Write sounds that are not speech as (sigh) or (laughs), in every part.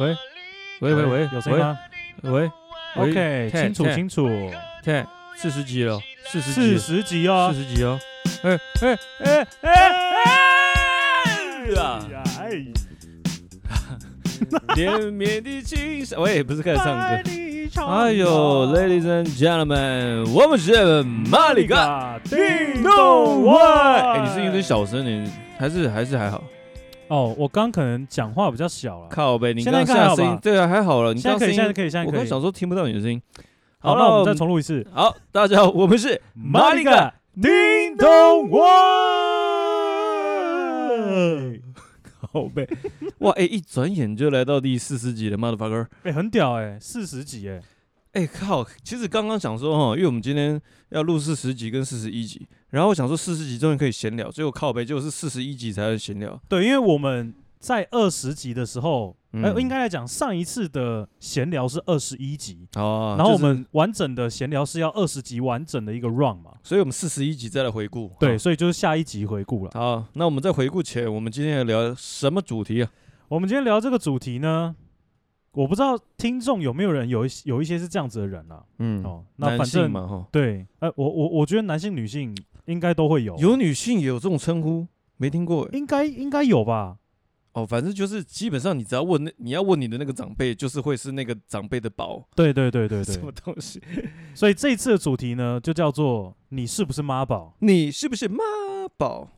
喂，喂喂喂，有声音吗喂喂？OK， Ted，清楚 Ted，清楚， ？Ted，四十集了，四十集四了，十集哦四。十集哦。哎哎哎哎哎！啊绵绵的青 (laughs) 山，我也不是哎开始唱歌。歌哎呦，Ladies and Gentlemen，我们是马里嘎运动动会。会。哎，你声音有点。小声，你还是还是还好。哦，我刚可能讲话比较小了。靠呗，你现刚在刚下应该还好声音吧，对啊，还好了。你现在刚可声以，音现在可以，现我在可刚以。想说听不到你的声音。好，那我们再重录一次。好，大家好，我们是马里嘎。叮 (laughs) 咚会。宝贝，哇，哎、一转眼就来到第四十集了，motherfucker！哎，很屌哎，四十集哎。哎、靠，其实刚刚想说哈，因为我们今天要录四十集跟四十一集，然后我想说四十集终于可以闲聊，结果靠背就是四十一集才能闲聊。对，因为我们在二十集的时候，嗯呃，应该来讲上一次的闲聊是二十一集，哦，然后我就是们完整的闲聊是要二十集完整的一个 round 嘛。所以我们四十一集再来回顾。对，所以就是下一集回顾了。好，好，那我们在回顾前，我们今天要聊什么主题啊？我们今天聊这个主题呢，我不知道听众有没有人有一有一些是这样子的人啊。嗯，哦，那男反性正嘛哈，对，呃，我我我觉得男性女性应该都会有，有女性也有这种称呼，没听过、欸、应该应该有吧？哦。反正就是基本上你只要问那你要问你的那个长辈，就是会是那个长辈的宝，对对对对什么对。东西？所以这一次的主题呢，就叫做你是不是妈宝？你是不是妈宝？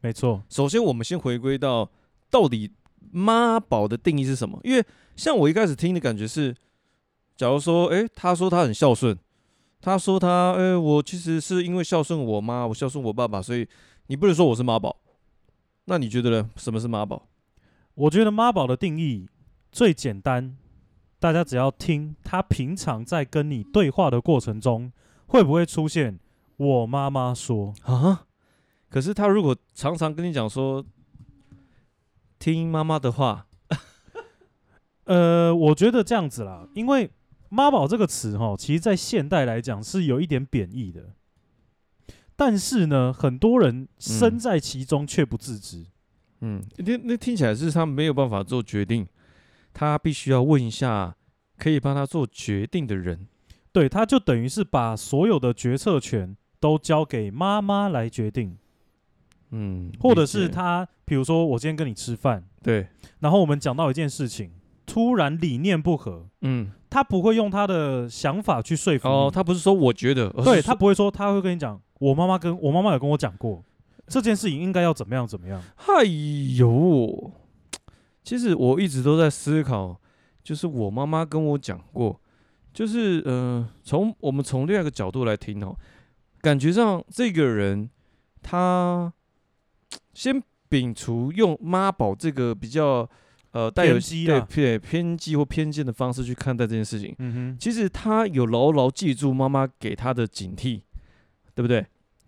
没错，首先，我们先回归到到底妈宝的定义是什么？因为像我一开始听的感觉是，假如说，诶，他说他很孝顺，他说他，诶，我其实是因为孝顺我妈，我孝顺我爸爸，所以你不能说我是妈宝。那你觉得呢？什么是妈宝？我觉得妈宝的定义最简单，大家只要听他平常在跟你对话的过程中，会不会出现“我妈妈说啊？可是他如果常常跟你讲说，听妈妈的话，”？呃，我觉得这样子啦，因为“妈宝”这个词哈，其实在现代来讲是有一点贬义的，但是呢，很多人身在其中却不自知。嗯，那那听起来是他没有办法做决定，他必须要问一下可以帮他做决定的人。对，他就等于是把所有的决策权都交给妈妈来决定，嗯，或者理解是他，比如说我今天跟你吃饭，对，然后我们讲到一件事情，突然理念不合，嗯，他不会用他的想法去说服你。哦，他不是说我觉得，而对是他说不会说，他会跟你讲，我妈妈跟我妈妈有跟我讲过这件事情应该要怎么样怎么样。哎呦，其实我一直都在思考，就是我妈妈跟我讲过，就是呃，从我们从另外一个角度来听哦，感觉上这个人他先摒除用妈宝这个比较呃带有偏激对啦偏偏激或偏见的方式去看待这件事情，嗯其实他有牢牢记住妈妈给他的警惕，对不对？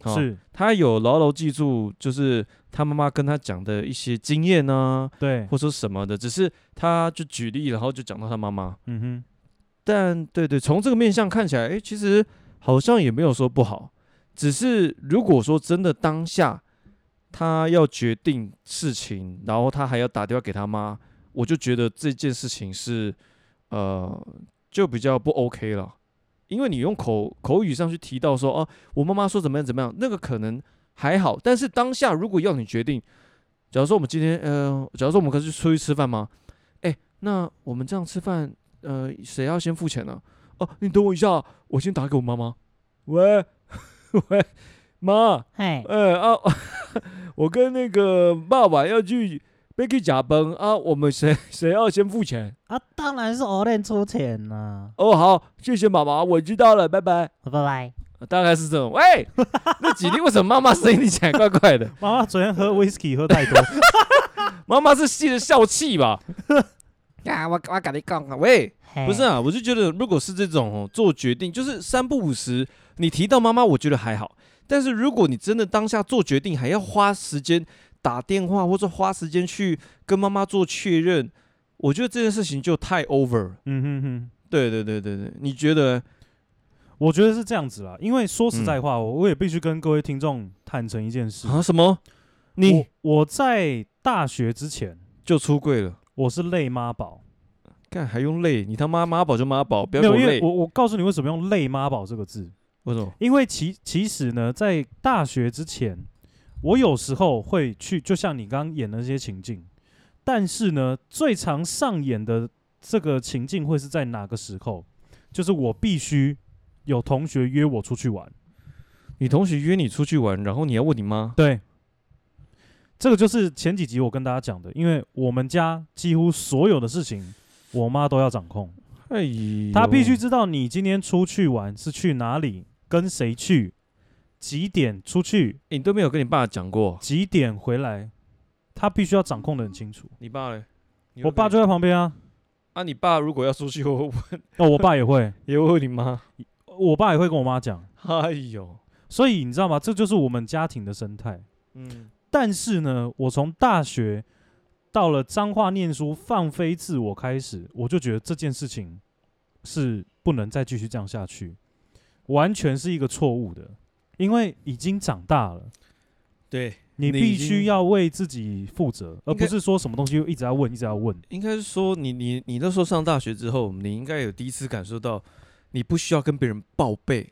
哦是他有牢牢记住，就是他妈妈跟他讲的一些经验啊，对，或者说什么的，只是他就举例，然后就讲到他妈妈。嗯哼，但对对，从这个面相看起来，诶，其实好像也没有说不好，只是如果说真的当下他要决定事情，然后他还要打电话给他妈，我就觉得这件事情是呃就比较不 OK 了，因为你用口口语上去提到说哦、我妈妈说怎么样怎么样，那个可能还好，但是当下如果要你决定，假如说我们今天呃，假如说我们可是出去吃饭吗？诶，那我们这样吃饭呃，谁要先付钱呢、哦、你等我一下，我先打给我妈妈。喂， (laughs) 喂，妈，嗨，呃啊， (laughs) 我跟那个爸爸要去 b a k y 甲崩啊，我们谁谁要先付钱？啊，当然是 o r n 出钱啊啦、哦，好，谢谢妈妈，我知道了，拜拜。拜拜。大概是这种。喂，那几天为什么妈妈声音听起来怪怪的？妈妈昨天喝 whisky 喝 (laughs) 太多，妈妈是吸了笑气吧？ (laughs) 啊，我我跟你讲啊，喂，嘿不是啊，我就觉得如果是这种哦，做决定，就是三不五时，你提到妈妈，我觉得还好。但是如果你真的当下做决定，还要花时间打电话，或者花时间去跟妈妈做确认，我觉得这件事情就太 over 了。嗯哼哼。对对对对对，你觉得？我觉得是这样子啦，因为说实在嗯话，我我也必须跟各位听众坦诚一件事，啊？什么？你我我在大学之前就出柜了？我是类妈宝，干还用累？你他妈妈宝就妈宝，不要没给有，因为累。我我告诉你为什么用“累妈宝”这个字，为什么？因为其其实呢，在大学之前，我有时候会去，就像你刚刚演的那些情境，但是呢，最常上演的这个情境会是在哪个时候？就是我必须有同学约我出去玩，你同学约你出去玩，然后你要问你妈，对，这个就是前几集我跟大家讲的，因为我们家几乎所有的事情，我妈都要掌控。哎呦，他必须知道你今天出去玩是去哪里，跟谁去，几点出去，欸你都没有跟你爸讲过，几点回来，他必须要掌控的很清楚。你爸嘞？你我有爸跟就在旁 (laughs) 边啊，啊，你爸如果要出去，我我哦，我爸也会，也会问你妈。我爸也会跟我妈讲，哎呦，所以你知道吗？这就是我们家庭的生态。嗯，但是呢，我从大学到了彰化念书，放飞自我开始，我就觉得这件事情是不能再继续这样下去，完全是一个错误的，因为已经长大了。对，你你必已经须要为自己负责，而应该不是说什么东西一直要问，一直要问。应该是说你你你那时候上大学之后，你应该有第一次感受到，你不需要跟别人报备，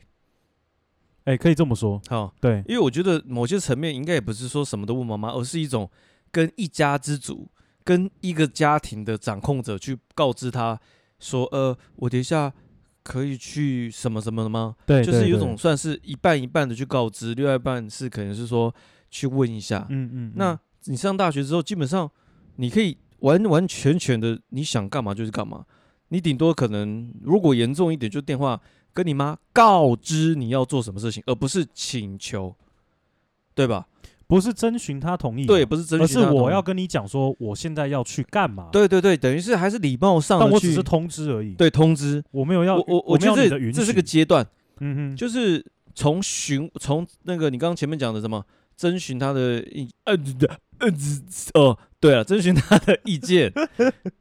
哎、可以这么说，好，对，因为我觉得某些层面应该也不是说什么都问妈妈，而是一种跟一家之主、跟一个家庭的掌控者去告知他说，呃，我等一下可以去什么什么的吗？对，就是对有种，算是一半一半的去告知，另外一半是可能是说去问一下。对嗯嗯，啊那嗯你上大学之后，基本上你可以完完全全的你想干嘛就是干嘛，你顶多可能如果严重一点，就电话跟你妈告知你要做什么事情，而不是请求，对吧？不是征询他同意，啊对，，不是真而询是她的我同意要跟你讲说，我现在要去干嘛，，对对对，等于是还是礼貌上但的我只去是通知而已，，对通知。我没有要，我我我没觉有得你的允这这许，是个阶段，嗯哼，就是从询从那个你刚刚前面讲的什么征询他的意呃呃呃哦，对啊，征询他的意见， (laughs)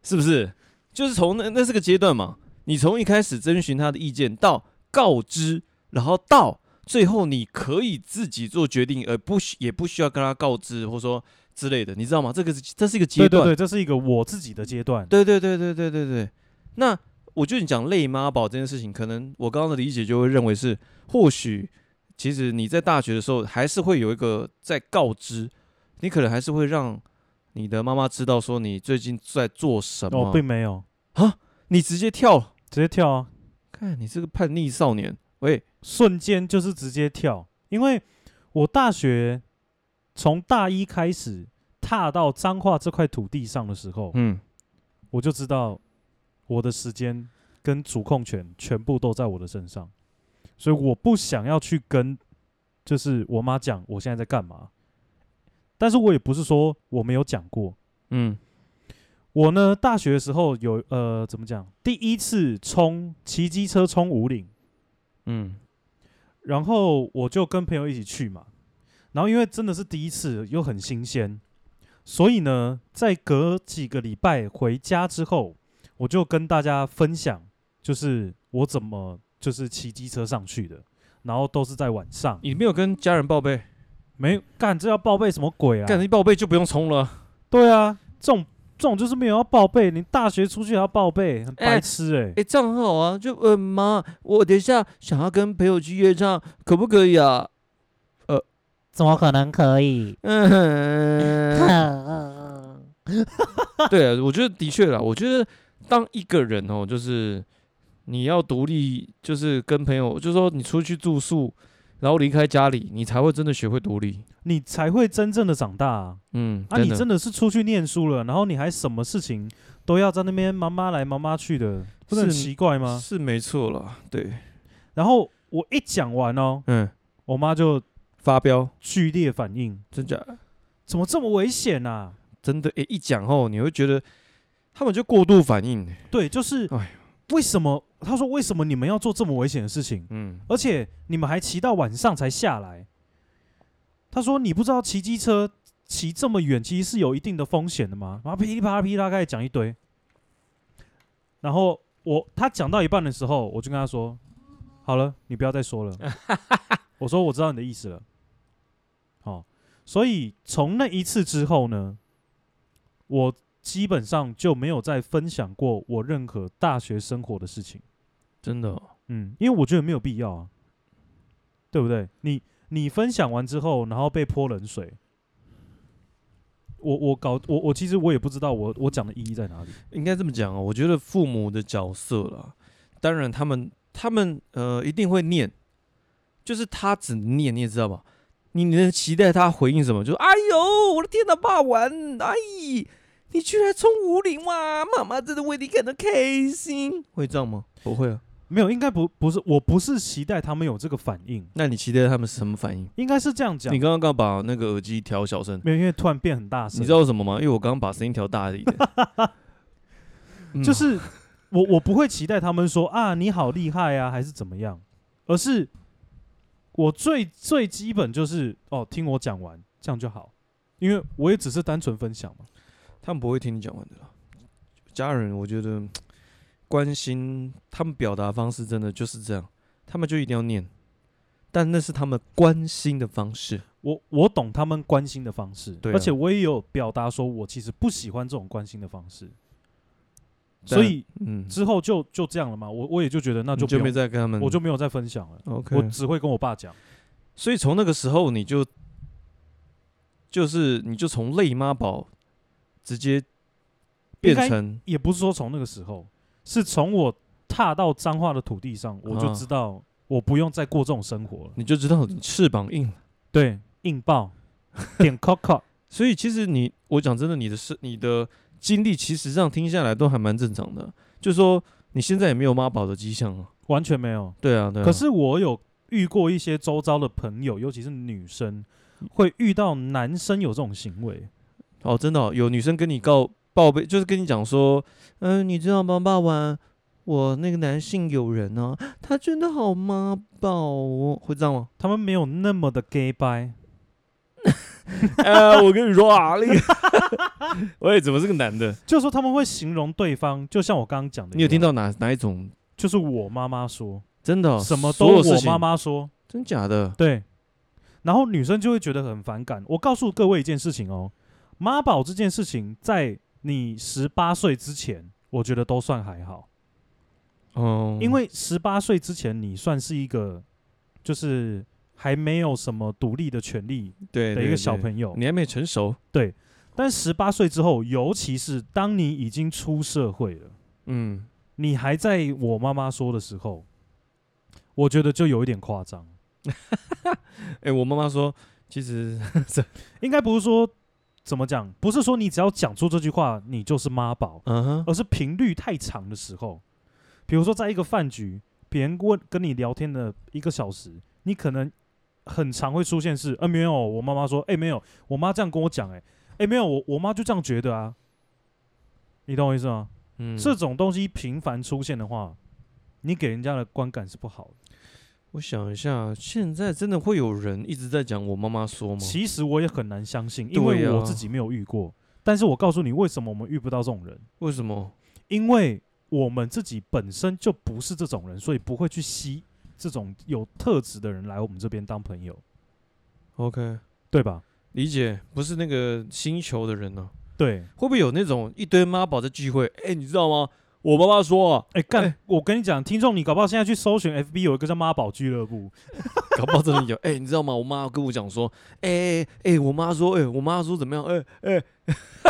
是不是？就是从那那是个阶段嘛，你从一开始征询他的意见到告知，然后到最后你可以自己做决定，而不需也不需要跟他告知或说之类的，你知道吗？这个是这是一个阶对对段，对，这是一个我自己的阶段，对对对对对对对。那我觉得你讲累妈宝这件事情，可能我刚刚的理解就会认为是，或许其实你在大学的时候还是会有一个在告知，你可能还是会让你的妈妈知道说你最近在做什么。哦，并没有，你直接跳，直接跳啊，看你这个叛逆少年。喂，瞬间就是直接跳，因为我大学从大一开始踏到彰化这块土地上的时候，嗯，我就知道我的时间跟主控权全部都在我的身上，所以我不想要去跟就是我妈讲我现在在干嘛，但是我也不是说我没有讲过，嗯，我呢大学的时候有呃怎么讲，第一次冲骑机车冲五岭，嗯，然后我就跟朋友一起去嘛，然后因为真的是第一次，又很新鲜，所以呢，在隔几个礼拜回家之后，我就跟大家分享，就是我怎么就是骑机车上去的，然后都是在晚上，你没有跟家人报备，没干这要报备什么鬼啊？干你报备就不用冲了。对啊，这种这种就是没有要报备，你大学出去还要报备，很白痴哎、哎、这样很好啊。就呃妈，我等一下想要跟朋友去夜唱，可不可以啊？ (laughs) 怎么可能可以？ (laughs) 嗯，哼 (laughs) 对啊，我觉得的确啦，我觉得当一个人哦，就是你要独立，就是跟朋友，就是说你出去住宿，然后离开家里，你才会真的学会独立。你才会真正的长大、啊。嗯，啊，你的真的是出去念书了，然后你还什么事情都要在那边妈妈来妈妈去的，不是很是奇怪吗？是没错啦，对，然后我一讲完哦，嗯，我妈就发飙，剧烈反应，真假怎么这么危险啊？真的，诶、一讲后你会觉得他们就过度反应，对，就是哎为什么？她说为什么你们要做这么危险的事情？嗯，而且你们还骑到晚上才下来。她说你不知道骑机车骑这么远其实是有一定的风险的吗？然后噼里啪啦噼里啪啦开始讲一堆，然后我她讲到一半的时候，我就跟她说：“好了，你不要再说了。”我说：“我知道你的意思了。”哦，所以从那一次之后呢，我基本上就没有再分享过我任何大学生活的事情。真的哦嗯，因为我觉得没有必要啊，对不对？你你分享完之后，然后被泼冷水，我我搞我我其实我也不知道我我讲的意义在哪里。应该这么讲哦。我觉得父母的角色啦，当然他们他们呃一定会念，就是他只念，你也知道吧？你你能期待他回应什么？就是哎呦，我的天哪，爸玩，哎，你居然冲五零哇！妈妈真的为你感到开心，会这样吗？不会啊。没有，应该不不是，我不是期待他们有这个反应，那你期待他们是什么反应？应该是这样讲你。刚刚刚把那个耳机调小声，没有，因为突然变很大声，你知道为什么吗？因为我刚刚把声音调大一 (laughs) 点。嗯就是我我不会期待他们说啊你好厉害啊，还是怎么样，而是我最最基本就是哦听我讲完这样就好，因为我也只是单纯分享嘛。他们不会听你讲完的啦。家人，我觉得关心他们表达方式真的就是这样，他们就一定要念，但那是他们关心的方式。我我懂他们关心的方式，对啊而且我也有表达说我其实不喜欢这种关心的方式，但所以嗯，之后就就这样了嘛。我我也就觉得那你就就不没用再跟他们，我就没有再分享了， OK 我。只会跟我爸讲。所以从那个时候，你就就是你就从累妈宝直接变应该成也不是说从那个时候，是从我踏到彰化的土地上，我就啊知道我不用再过这种生活了。你就知道你翅膀硬了。对，硬爆，点 coco，所以其实你，我讲真的，你的是你的经历，其实这样听下来都还蛮正常的。就是说你现在也没有妈宝的迹象啊。 (laughs) 完全没有。对啊，对啊。可是我有遇过一些周遭的朋友，尤其是女生，会遇到男生有这种行为。哦，真的哦、有女生跟你告报备，就是跟你讲说，嗯、你知道吗，爸爸，我那个男性友人呢、啊，他真的好妈宝哦，会这样吗？他们没有那么的 gay 掰，呃，我跟你说啊，那个，喂，怎么是个男的？就是说他们会形容对方，就像我刚刚讲的，你有听？到哪哪一种？就是我妈妈说，真的哦、什么都所有我事情妈，妈说，真假的？对，然后女生就会觉得很反感。我告诉各位一件事情哦，妈宝这件事情，在你十八岁之前，我觉得都算还好，哦、因为十八岁之前你算是一个，就是还没有什么独立的权利对的对一个对小朋友。你还没成熟，但十八岁之后，尤其是当你已经出社会了，嗯，你还在我妈妈说的时候，我觉得就有一点夸张。哎、我妈妈说，其实应该不是说怎么讲，不是说你只要讲出这句话，你就是妈宝，嗯哼，而是频率太长的时候，比如说在一个饭局，别人问跟你聊天的一个小时，你可能很常会出现是，呃，没有，我妈妈说，哎、没有，我妈这样跟我讲、哎，哎，没有，我我妈就这样觉得啊，你懂我意思吗？嗯，这种东西频繁出现的话，你给人家的观感是不好的。我想一下，现在真的会有人一直在讲我妈妈说吗？其实我也很难相信，对因为啊我自己没有遇过。但是我告诉你，为什么我们遇不到这种人？为什么？因为我们自己本身就不是这种人，所以不会去吸这种有特质的人来我们这边当朋友， OK，对吧？理解，不是那个星球的人呢、对，会不会有那种一堆妈宝在聚会？哎、你知道吗？我妈妈说、啊，哎、干，哎我跟你讲，听众，你搞不好现在去搜寻 FB 有一个叫妈宝俱乐部， (laughs) 搞不好真的有。哎、你知道吗？我妈跟我讲说，哎、哎、哎我妈说，哎、我妈说怎么样？哎、哎、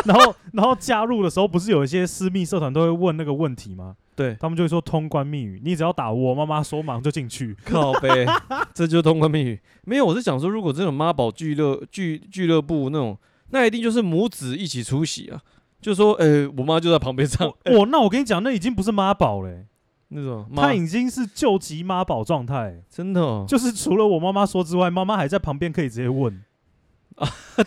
然后然后加入的时候，不是有一些私密社团都会问那个问题吗？对，他们就会说通关密语，你只要打我妈妈说忙就进去。靠背， (laughs) 这就是通关密语。没有，我是想说，如果这种妈宝俱乐俱俱乐部那种，那一定就是母子一起出席啊。就说，哎、我妈就在旁边 (laughs) 唱我、我那我跟你讲，那已经不是妈宝欸嘞、那种，妈他已经是救急妈宝状态，真的、哦，就是除了我妈妈说之外，妈妈还在旁边可以直接问。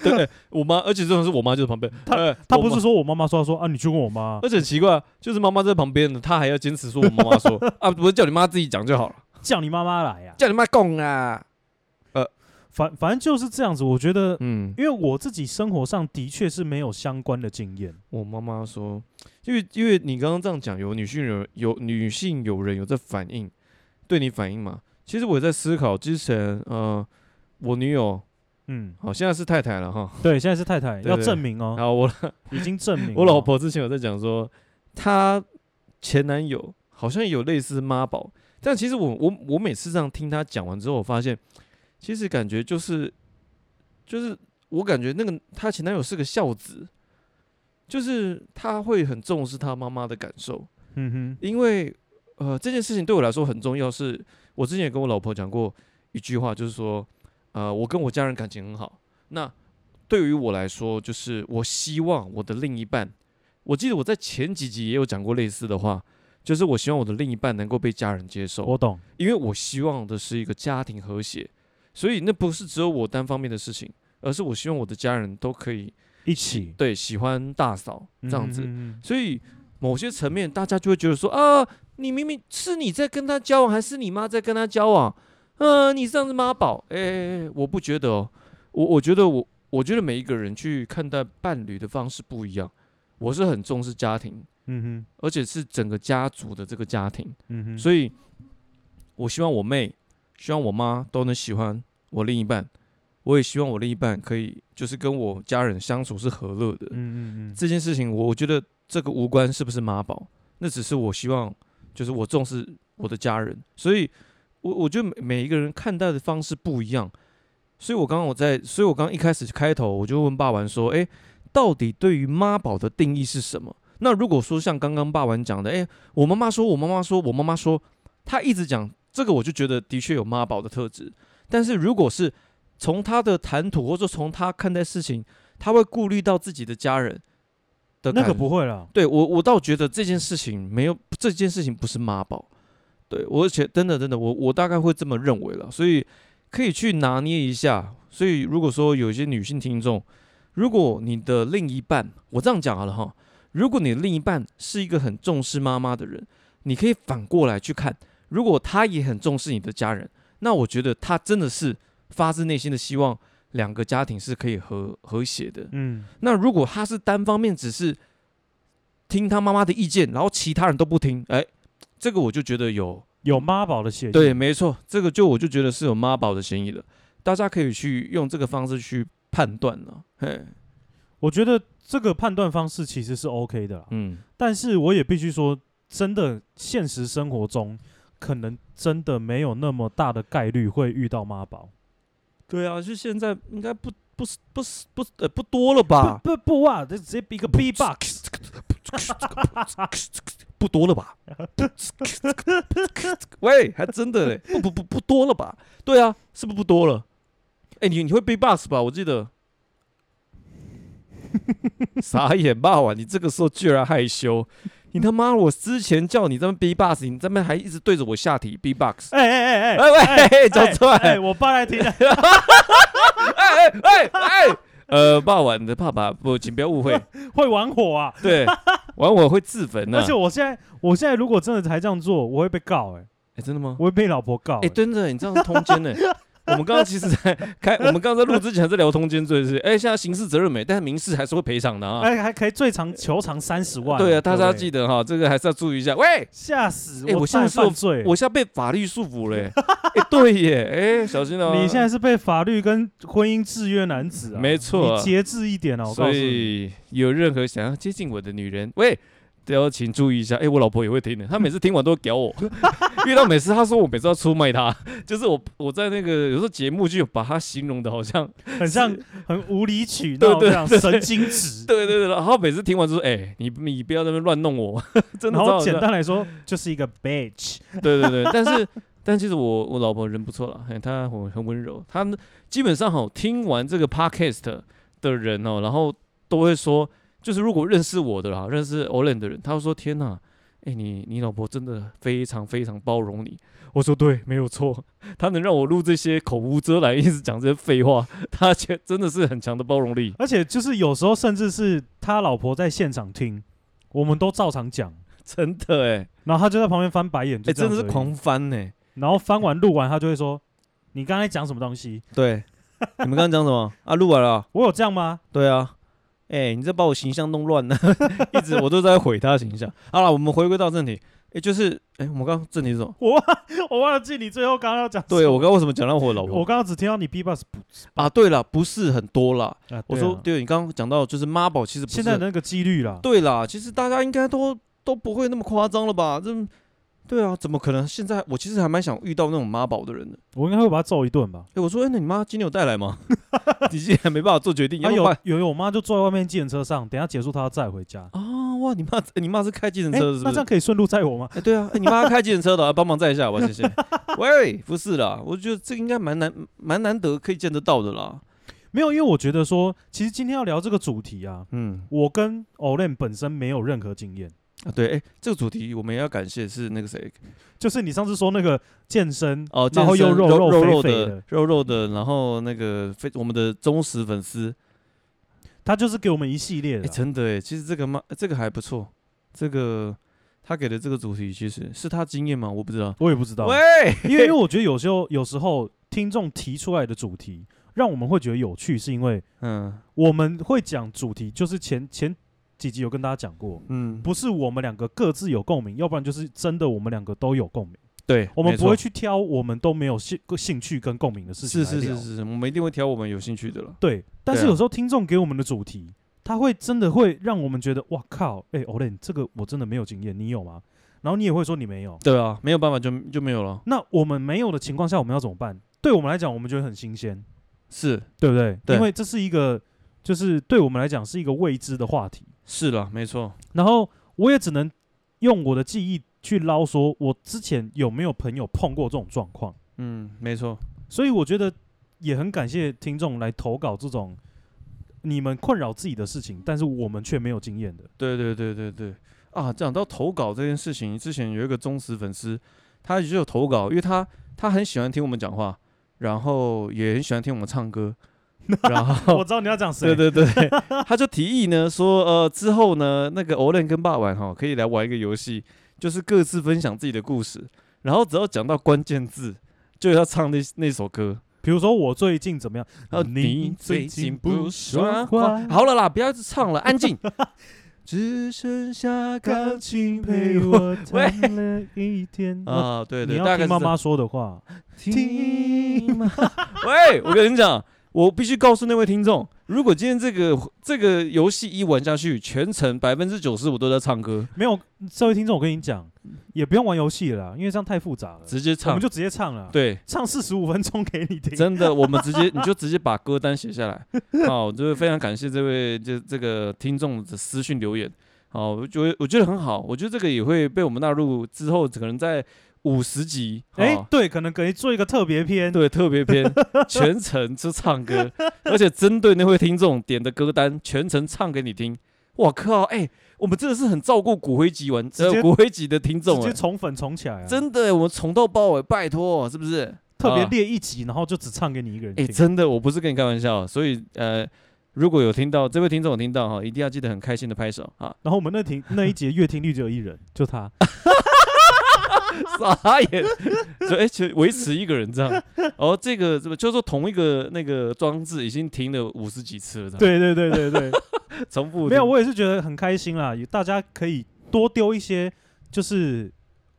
对我妈，而且这种是我妈就在旁边，哎他我不妈是说我妈妈说，她说啊，你去问我妈。而且很奇怪，啊就是妈妈在旁边的，她还要坚持说我妈妈 (laughs) 说啊，不是叫你妈自己讲就好了，叫你妈妈来呀、叫你妈供啊。反反正就是这样子。我觉得，嗯，因为我自己生活上的确是没有相关的经验，我妈妈说，因为因为你刚刚这样讲，有女性人有女性友人有在反应，对你反应嘛？其实我也在思考之前，呃，我女友嗯，好，现在是太太了哈。对，现在是太太对要对证明哦，然后我已经证明我老了婆之前有在讲说，她前男友好像有类似妈宝，但其实我我我每次这样听她讲完之后，我发现其实感觉就是就是我感觉那个她前男友是个孝子，就是他会很重视他妈妈的感受，嗯哼，因为呃这件事情对我来说很重要是，我之前也跟我老婆讲过一句话，就是说，呃，我跟我家人感情很好，那对于我来说，就是我希望我的另一半，我记得我在前几集也有讲过类似的话，就是我希望我的另一半能够被家人接受我，懂，因为我希望的是一个家庭和谐，所以那不是只有我单方面的事情，而是我希望我的家人都可以一起对喜欢大嫂这样子，嗯哼嗯哼所以某些层面，大家就会觉得说啊，你明明是你在跟他交往，还是你妈在跟他交往？呃，你这样子妈宝，哎、我不觉得哦，我我觉得我我觉得每一个人去看待伴侣的方式不一样，我是很重视家庭，嗯哼而且是整个家族的这个家庭，嗯哼，所以我希望我妹，希望我妈都能喜欢我另一半，我也希望我另一半可以就是跟我家人相处是和乐的，嗯嗯嗯，这件事情我，我觉得这个无关是不是妈宝，那只是我希望，就是我重视我的家人，所以我我觉得每每一个人看待的方式不一样，所以我刚刚我在，所以我刚刚一开始开头我就问霸王说，诶，到底对于妈宝的定义是什么？那如果说像刚刚霸王讲的，诶，我妈妈说，我妈妈说，我妈妈说，她一直讲这个，我就觉得的确有妈宝的特质，但是如果是从她的谈吐，或者说从她看待事情，她会顾虑到自己的家人。的那个感不会啊了，对我，我倒觉得这件事情没有，这件事情不是妈宝。对我，而且真的真的，我我大概会这么认为了，所以可以去拿捏一下。所以如果说有一些女性听众，如果你的另一半，我这样讲好了哈，如果你的另一半是一个很重视妈妈的人，你可以反过来去看，如果他也很重视你的家人，那我觉得他真的是发自内心的希望两个家庭是可以和和谐的。嗯那如果他是单方面只是听他妈妈的意见，然后其他人都不听，哎，这个我就觉得有有妈宝的嫌疑，对，没错，这个就我就觉得是有妈宝的嫌疑的。大家可以去用这个方式去判断了、嘿，我觉得这个判断方式其实是 OK 的啦，嗯，但是我也必须说，真的现实生活中，可能真的没有那么大的概率会遇到妈宝。对啊，就现在应该不不是不是不是呃不多了吧？不不不啊，这直接一个 B box，不多了吧？喂，还真的嘞，不不不不多了吧？对啊，是不是不多了？哎、你你会背 bus 吧？我记得。 (laughs) 傻眼霸王，你这个时候居然害羞，你他妈！我之前叫你这么 B box，你这边还一直对着我下体 B box，哎哎哎哎喂哎，讲出来哎我爸来听 (laughs) 了，哎哎哎哎，呃，霸王你的爸爸不，请不要误会，会玩火啊！ (laughs) 对，玩我会自焚啊呢、而且我现在，我现在如果真的还这样做，我会被告哎，哎，真的吗？我会被老婆告哎、哎。真的，你这样是通奸呢、 (laughs) 我们刚刚其实在开，我们刚刚在录之前还在聊通奸罪是不是，哎、现在刑事责任没，但是民事还是会赔偿的啊。哎，还可以最长求偿三十万。对啊，大家各位记得哈，这个还是要注意一下。喂，吓死哎我我！现在是有犯罪，我现在被法律束缚了、 (laughs) 欸，哎、对耶，哎、小心哦、你现在是被法律跟婚姻制约男子啊，没错你节制一点啊，我告所诉你，以有任何想要接近我的女人，喂，都要请注意一下。哎、我老婆也会听的，她每次听完都会屌我， (laughs) 因为她每次她说我每次要出卖她，就是我我在那个有时候节目就把她形容的好像很像很无理取对闹对这样，对神经 (laughs) 质。对对对，然后每次听完就说：“哎、你你不要在那边乱弄我。”真的然超好后笑，简单来说，就是一个 bitch。对对对，但是但其实我我老婆人不错了，哎、她很很温柔。她基本上哈，听完这个 podcast 的人哦、然后都会说，就是如果认识我的啦，认识 Olen 的人，他会说：“天哪，哎、你你老婆真的非常非常包容你。”我说：“对，没有错，她能让我录这些口无遮拦，一直讲这些废话，她且真的是很强的包容力，而且就是有时候甚至是他老婆在现场听，我们都照常讲，真的哎、然后他就在旁边翻白眼，哎、就这真样的是子而已狂。翻呢、然后翻完录完，他就会说：“你刚才讲什么东西？ (laughs) 对，你们刚刚讲什么啊？录完了啊，我有这样吗对啊， (laughs) 哎、你这把我形象弄乱了，一直我都在毁他形象。好了，我们回归到正题，也就是哎、我们刚刚正题是什么？我忘我忘记你最后刚刚要讲什么。对我刚刚为什么讲到我老我婆刚刚只听到你 B box 不啊？对了，不是很多啦。啊，我对说啊对，你刚刚讲到就是妈宝，其实不是现在很那个几率啦，对啦，其实大家应该都都不会那么夸张了吧？这对啊，怎么可能？现在我其实还蛮想遇到那种妈宝的人的。我应该会把他揍一顿吧。哎、我说，哎、那你妈今天有带来吗？ (laughs) 你竟然没办法做决 (laughs) 定，要啊，不有然有有，我妈就坐在外面计程车上，等一下结束她要载回家。啊，哇，你妈，哎你妈是开计程哎车的，是不那这是？样可以顺路载我吗？哎、对啊，哎、你妈开计程车的、啊，帮忙载一下吧，谢 (laughs) 谢。喂，不是啦，我觉得这个应该蛮难，蛮难得可以见得到的啦。没有，因为我觉得说，其实今天要聊这个主题啊，嗯，我跟 Olen 本身没有任何经验，啊，对，哎、这个主题我们也要感谢是那个谁，就是你上次说那个健身哦，然后健又身肉肉肥肉肥的，肉肉的，然后那个非我们的忠实粉丝，他就是给我们一系列哎、的啊、真的哎，其实这个嘛，这个还不错，这个他给的这个主题其实是他经验吗？我不知道。我也不知道， (laughs) 喂，因为因为我觉得有时候有时候听众提出来的主题，让我们会觉得有趣，是因为嗯我们会讲主题，就是前前几集有跟大家讲过，嗯，不是我们两个各自有共鸣，要不然就是真的我们两个都有共鸣。对，我们没不会错去挑我们都没有兴兴趣跟共鸣的事情是来是聊是是，是，我们一定会挑我们有兴趣的了。对。但是对啊有时候听众给我们的主题，他会真的会让我们觉得，哇靠，哎、o l e n 这个我真的没有经验，你有吗？然后你也会说你没有。对啊，没有办法就就没有了。那我们没有的情况下，我们要怎么办？对我们来讲，我们觉得很新鲜，是对不对？对因为这是一个，就是对我们来讲是一个未知的话题。是啦，没错。然后我也只能用我的记忆去捞，说我之前有没有朋友碰过这种状况。嗯，没错。所以我觉得也很感谢听众来投稿这种你们困扰自己的事情，但是我们却没有经验的。对对对对对啊！讲到投稿这件事情，之前有一个忠实粉丝，他也就有投稿，因为他他很喜欢听我们讲话，然后也很喜欢听我们唱歌，然后 (laughs) 我知道你要讲谁，对对对，他就提议呢说，呃，之后呢，那个 Olen 跟爸玩哈，可以来玩一个游戏，就是各自分享自己的故事，然后只要讲到关键字，就要唱那那首歌。比如说我最近怎么样？然后你你最哦最近近不不说说话话，好了啦，不要一直唱了，安静。只剩下钢琴陪我弹了一天。 (laughs) 啊，啊，对你对，要大概听是妈这样妈说的话，听吗？喂，我跟你讲，我必须告诉那位听众，如果今天这个这个游戏一玩下去，全程百分之九十我都在唱歌，没有这位听众，我跟你讲，也不用玩游戏了啦，因为这样太复杂了，直接我唱们。就直接唱了，，对，唱四十五分钟给你 (laughs) 听。真的，我们直接你就直接把歌单写下来。 (laughs) 好，就是非常感谢这位这这个听众的私讯留言。好，我觉得我觉得很好，我觉得这个也会被我们纳入之后，可能在五十集。哎好，对，可能可以做一个特别篇，对，特别 (laughs) 篇全程就唱歌，而且针对那位听众点的歌单，全程唱给你听。我靠，哎、我们真的是很照顾骨灰级玩直接呃骨灰级的听直众、接哎，宠粉宠起来啊！真的、我们从头到尾，拜托，是不是？特别啊列一集，然后就只唱给你一个人哎、听。真的，我不是跟你开玩笑，所以呃，如果有听到这位听众有听到哈，一定要记得很开心的拍手 (laughs) 啊，然后我们那听那一节乐听率只有一人，就 (laughs) 他。傻眼，所以哎，其实维持一个人这样，然后这个这个就是说同一个那个装置已经停了五十几次了，这样，对对对对对，重复没有，听我也是觉得很开心啦。也大家可以多丢一些，就是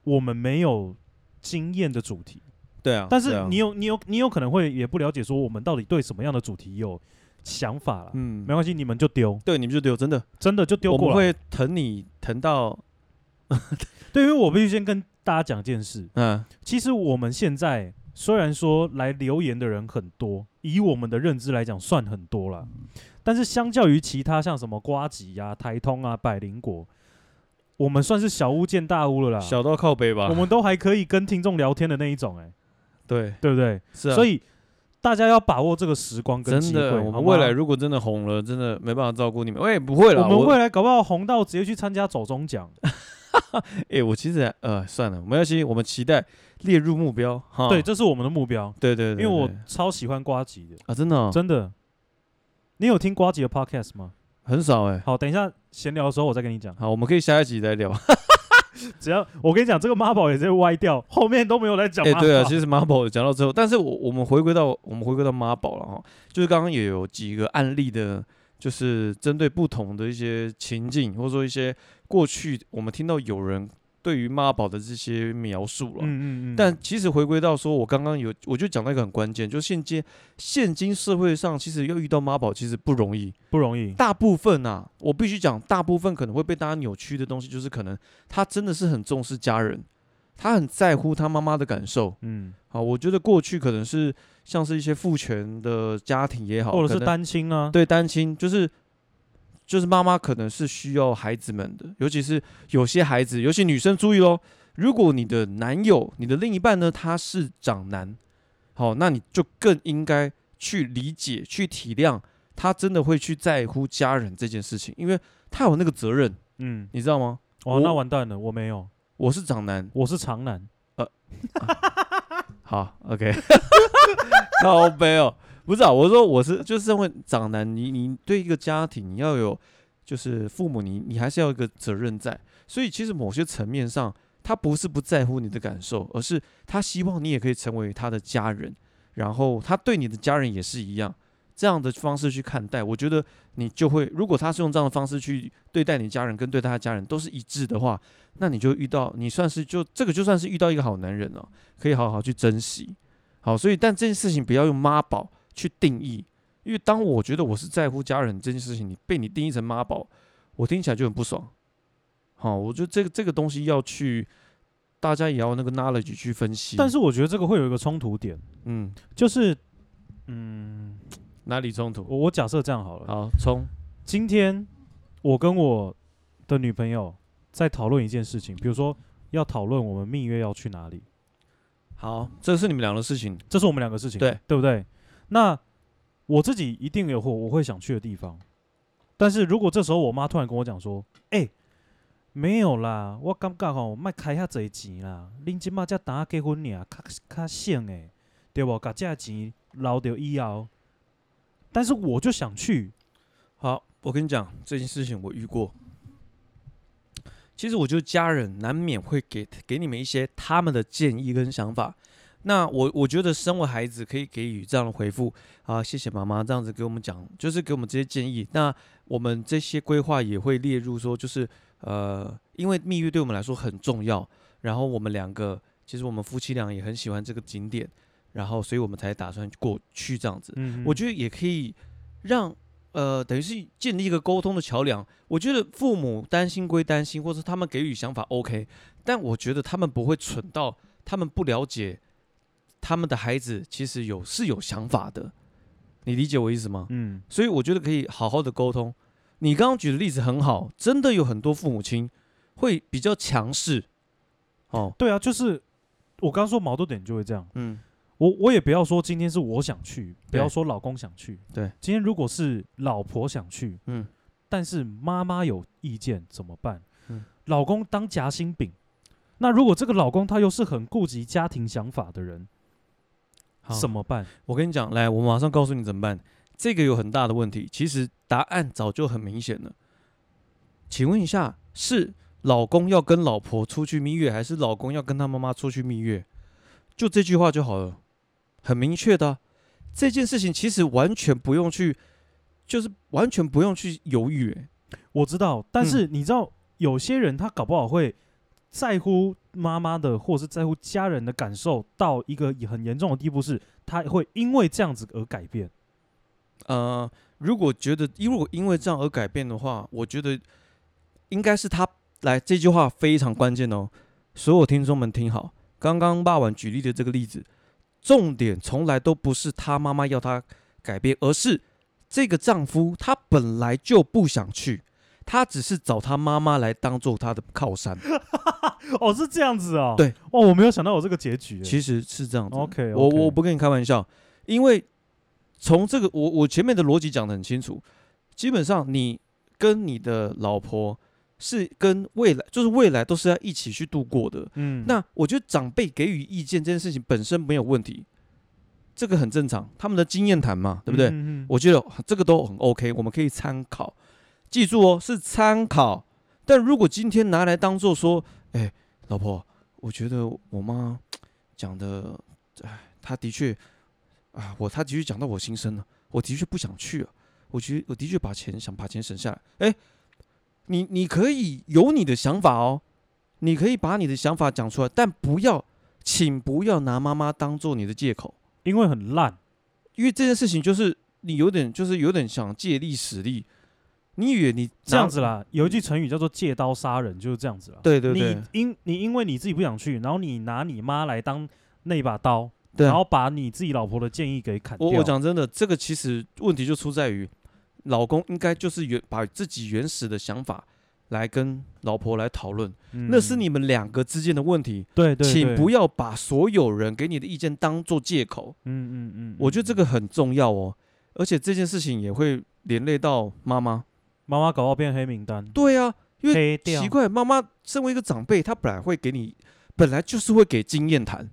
我们没有经验的主题，对啊，但对是啊你有你有你有可能会也不了解，说我们到底对什么样的主题有想法啦。嗯没关系，你们就丢，对，你们就丢，真的，真的就丢我们过来。会疼你疼到，对，因为我必须先跟大家讲件事，嗯，其实我们现在虽然说来留言的人很多，以我们的认知来讲算很多了，但是相较于其他像什么瓜吉啊、台通啊、百灵果，我们算是小巫见大巫了啦。小到啊靠背吧啊我们都还可以跟听众聊天的那一种、哎，对，对不对？是啊，所以以大家要把握这个时光跟真机会。的，我好们吗未啊来如果真的红了，真的没办法照顾你们。喂，不会了，我们会，未来搞不好红到直接去参加走中奖，啊哎，我其实还呃算了，没关系，我们期待列入目标哈。对，这是我们的目标。对对因对，为我对超喜欢瓜吉的，啊真的哦真的。你有听瓜吉的 podcast 吗？很少哎。好，等一下闲聊的时候我再跟你讲。好，我们可以下一集再聊。只要我跟你讲，这个妈宝也在歪掉，后面都没有来讲哎妈，宝。对啊，其实妈宝讲到最后，但是我我们回归到我们回归到妈宝了哈，就是刚刚也有几个案例的，就是针对不同的一些情境，或者说一些过去我们听到有人对于妈宝的这些描述了。嗯嗯嗯，但其实回归到说，我刚刚有我就讲到一个很关键，就是现今现今社会上，其实要遇到妈宝其实不容易。不容易。大部分啊，我必须讲，大部分可能会被大家扭曲的东西，就是可能他真的是很重视家人，他很在乎他妈妈的感受。嗯，啊，我觉得过去可能是像是一些父权的家庭也好，或者可是能单亲啊，对单亲，就是就是妈妈可能是需要孩子们的，尤其是有些孩子，尤其女生注意喽，如果你的男友、你的另一半呢，他是长男，好，那你就更应该去理解、去体谅，他真的会去在乎家人这件事情，因为他有那个责任，嗯，你知道吗？哇，我嗯那完蛋了，我没有，我是长男，我是长男。好，OK，靠背哦，不是啊，我说我是就是因为长男，你你对一个家庭你要有，就是父母你你还是要有一个责任在，所以其实某些层面上，他不是不在乎你的感受，而是他希望你也可以成为他的家人，然后他对你的家人也是一样。这样的方式去看待，我觉得你就会，如果他是用这样的方式去对待你家人，跟对待他家人都是一致的话，那你就遇到，你算是就这个就算是遇到一个好男人了、可以好好去珍惜。好，所以但这件事情不要用妈宝去定义，因为当我觉得我是在乎家人这件事情，你被你定义成妈宝，我听起来就很不爽。好，我觉得这个这个东西要去，大家也要那个 knowledge 去分析。但，是我觉得这个会有一个冲突点，嗯，就是，嗯，哪里冲突？我我假设这样好了，好，冲，今天我跟我的女朋友在讨论一件事情，比如说要讨论我们蜜月要去哪里，好，这是你们俩的事情。这是我们两个事情，对对不对？那我自己一定有我我会想去的地方，但是如果这时候我妈突然跟我讲说：“哎、没有啦，我感觉吼，卖开遐侪钱啦，恁即马才打结婚尔，较较省诶，对无？甲这钱留着以后。”但是我就想去，好，我跟你讲这件事情，我遇过。其实我觉得家人难免会给给你们一些他们的建议跟想法。那我我觉得身为孩子可以给予这样的回复啊，谢谢妈妈这样子给我们讲，就是给我们这些建议。那我们这些规划也会列入说，就是呃，因为蜜月对我们来说很重要，然后我们两个其实我们夫妻俩也很喜欢这个景点，然后所以我们才打算过去这样子。嗯我觉得也可以让呃，等于是建立一个沟通的桥梁。我觉得父母担心归担心，或者他们给予想法 OK，但我觉得他们不会蠢到他们不了解他们的孩子其实有是有想法的。你理解我意思吗？嗯所以我觉得可以好好的沟通。你刚刚举的例子很好，真的有很多父母亲会比较强势。哦，对啊，就是我刚说矛盾点就会这样。嗯，我我也不要说今天是我想去，不对要说老公想去，对，今天如果是老婆想去，嗯，但是妈妈有意见怎么办？嗯老公当夹心饼，那如果这个老公他又是很顾及家庭想法的人，好怎么办？我跟你讲，来，我马上告诉你怎么办。这个有很大的问题，其实答案早就很明显了。请问一下，是老公要跟老婆出去蜜月，还是老公要跟他妈妈出去蜜月？就这句话就好了，很明确的啊、这件事情其实完全不用去，就是完全不用去犹豫、欸我知道，但是嗯你知道、有些人他搞不好会在乎妈妈的，或是在乎家人的感受，到一个很严重的地步是，他会因为这样子而改变。呃，如果觉得如果因为这样而改变的话，我觉得应该是他来这句话非常关键哦。所有听众们听好，刚刚霸晚举例的这个例子，重点从来都不是他妈妈要他改变，而是这个丈夫他本来就不想去，他只是找他妈妈来当做他的靠山。哦，是这样子哦。对，哇，我没有想到有这个结局耶。其实是这样子的。 OK，我我不跟你开玩笑，因为从这个我我前面的逻辑讲的很清楚，基本上你跟你的老婆是跟未来，就是未来都是要一起去度过的。嗯那我觉得长辈给予意见这件事情本身没有问题，这个很正常，他们的经验谈嘛，对不对？嗯嗯嗯我觉得这个都很 OK，我们可以参考。记住哦，是参考。但如果今天拿来当做说，哎、老婆，我觉得我妈讲的，哎，她的确，啊，我她的确讲到我心声了，我的确不想去了，我觉得我的确把钱想把钱省下来。哎、你你可以有你的想法哦，你可以把你的想法讲出来，但不要，请不要拿妈妈当做你的借口，因为很烂，因为这件事情就是你有点就是有点想借力使力。你以为你这拿样子？啦。有一句成语叫做“借刀杀人”，就是这样子啦。对对对你，因你因为你自己不想去，然后你拿你妈来当那把刀，对啊然后把你自己老婆的建议给砍掉。我我讲真的，这个其实问题就出在于，老公应该就是原把自己原始的想法来跟老婆来讨论，嗯，那是你们两个之间的问题，对对，请不要，要把所有人给你的意见当做借口。嗯嗯嗯，我觉得这个很重要哦，而且这件事情也会连累到妈妈。妈妈搞到变黑名单，对啊，因为黑掉奇，怪，妈妈身为一个长辈，她本来会给你，本来就是会给经验谈，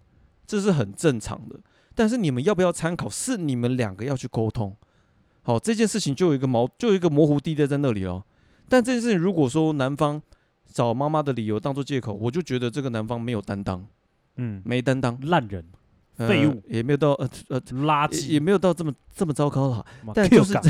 这是很正常的。但是你们要不要参考，是你们两个要去沟通。好，这件事情就有一个矛，就有一个模糊地带在那里哦。但这件事情如果说男方找妈妈的理由当做借口，我就觉得这个男方没有担当，嗯，没担当，烂人，呃废物也没有到呃呃，垃也也圾，没有到这么这么糟糕了。妈但就是 Q 这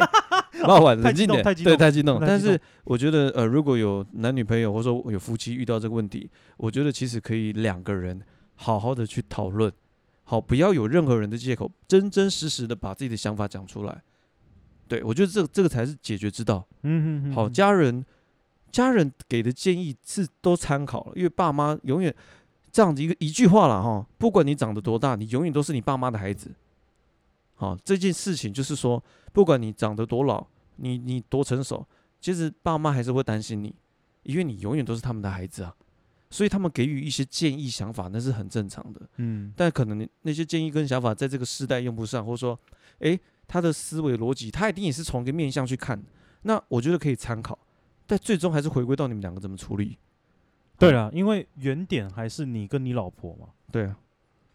(laughs) 老板冷静点，太激动对，太激动。太激动但是我觉得，呃，如果有男女朋友或者说有夫妻遇到这个问题，我觉得其实可以两个人好好的去讨论，好，不要有任何人的借口，真真实实的把自己的想法讲出来。对，我觉得这这个才是解决之道。嗯嗯嗯，好，嗯，家人家人给的建议是都参考了，因为爸妈永远这样子一个一句话了哈，不管你长得多大，你永远都是你爸妈的孩子。好，这件事情就是说，不管你长得多老，你你多成熟，其实爸妈还是会担心你，因为你永远都是他们的孩子啊，所以他们给予一些建议想法那是很正常的。嗯，但可能那些建议跟想法在这个时代用不上，或者说，诶，他的思维逻辑，他一定也是从一个面向去看。那我觉得可以参考，但最终还是回归到你们两个怎么处理。对了，因为原点还是你跟你老婆嘛对啊，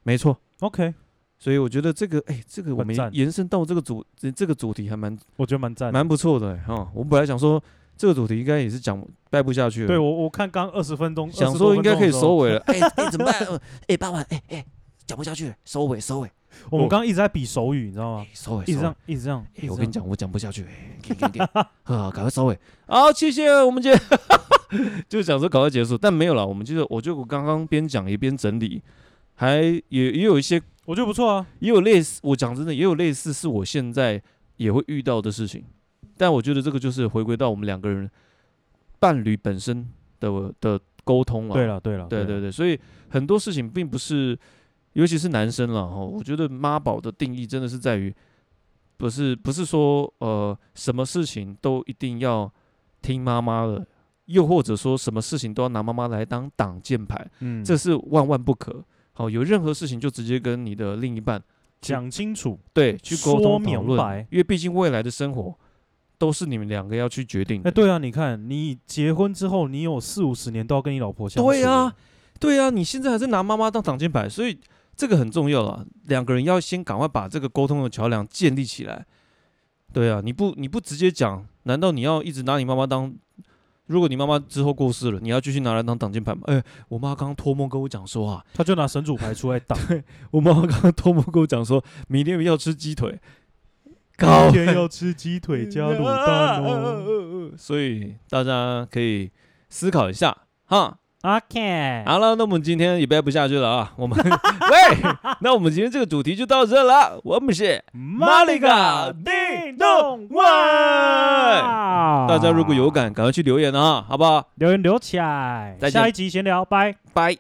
没错。 ，OK，所以我觉得这个，诶，这个我们很赞延伸到这个主这这个主题还蛮我觉得蛮赞的，蛮不错的哈、我本来想说这个主题应该也是讲掰不下去了，对我我看刚二十分钟，想说应该可以收尾。尾了。(laughs) 哎哎，怎么办？呃哎，爸爸，哎哎，讲不下去了，收尾收尾，我们刚刚一直在比手语，你知道吗哎？收尾一直收这尾样，。一直这样。一哎，直我这跟样你讲，我讲不下去，哎，给给给， (laughs) 呵，赶快收尾。好，谢谢我们今天 (laughs) 就想说赶快结束，但没有了。我们就是，我就刚刚边讲也边整理，还也也有一些，我觉得不错啊。也有类似。我讲真的，也有类似是我现在也会遇到的事情，但我觉得这个就是回归到我们两个人伴侣本身的的沟通了。对了，对了，对对啊对了，对，所以很多事情并不是，尤其是男生了哈，我觉得妈宝的定义真的是在于，不是不是说呃什么事情都一定要听妈妈的，又或者说什么事情都要拿妈妈来当挡箭牌，嗯，这是万万不可。好，有任何事情就直接跟你的另一半讲清楚。对去沟说通明讨论白，因为毕竟未来的生活都是你们两个要去决定哎，的。对啊，你看，你结婚之后，你有四五十年都要跟你老婆相处。对啊，对啊，你现在还是拿妈妈当挡箭牌，所以这个很重要啊。两个人要先赶快把这个沟通的桥梁建立起来。对啊，你不你不直接讲，难道你要一直拿你妈妈当？如果你妈妈之后过世了，你要继续拿来当挡箭牌吗？哎，我妈刚刚托梦跟我讲说啊， (laughs) 他就拿神主牌出来挡，我妈妈刚刚托梦跟我讲说，明天要吃鸡腿，高今天要吃鸡腿加卤蛋哦。 (laughs) 哦。所以大家可以思考一下哈。 OK，好了，那我们今天也掰不下去了啊！我们 (laughs) 喂，那我们今天这个主题就到这了。我们是马里嘎叮咚外外大家如果有感，赶快去留言啊，好不好？留言留起来再，见下一集闲聊，拜。拜。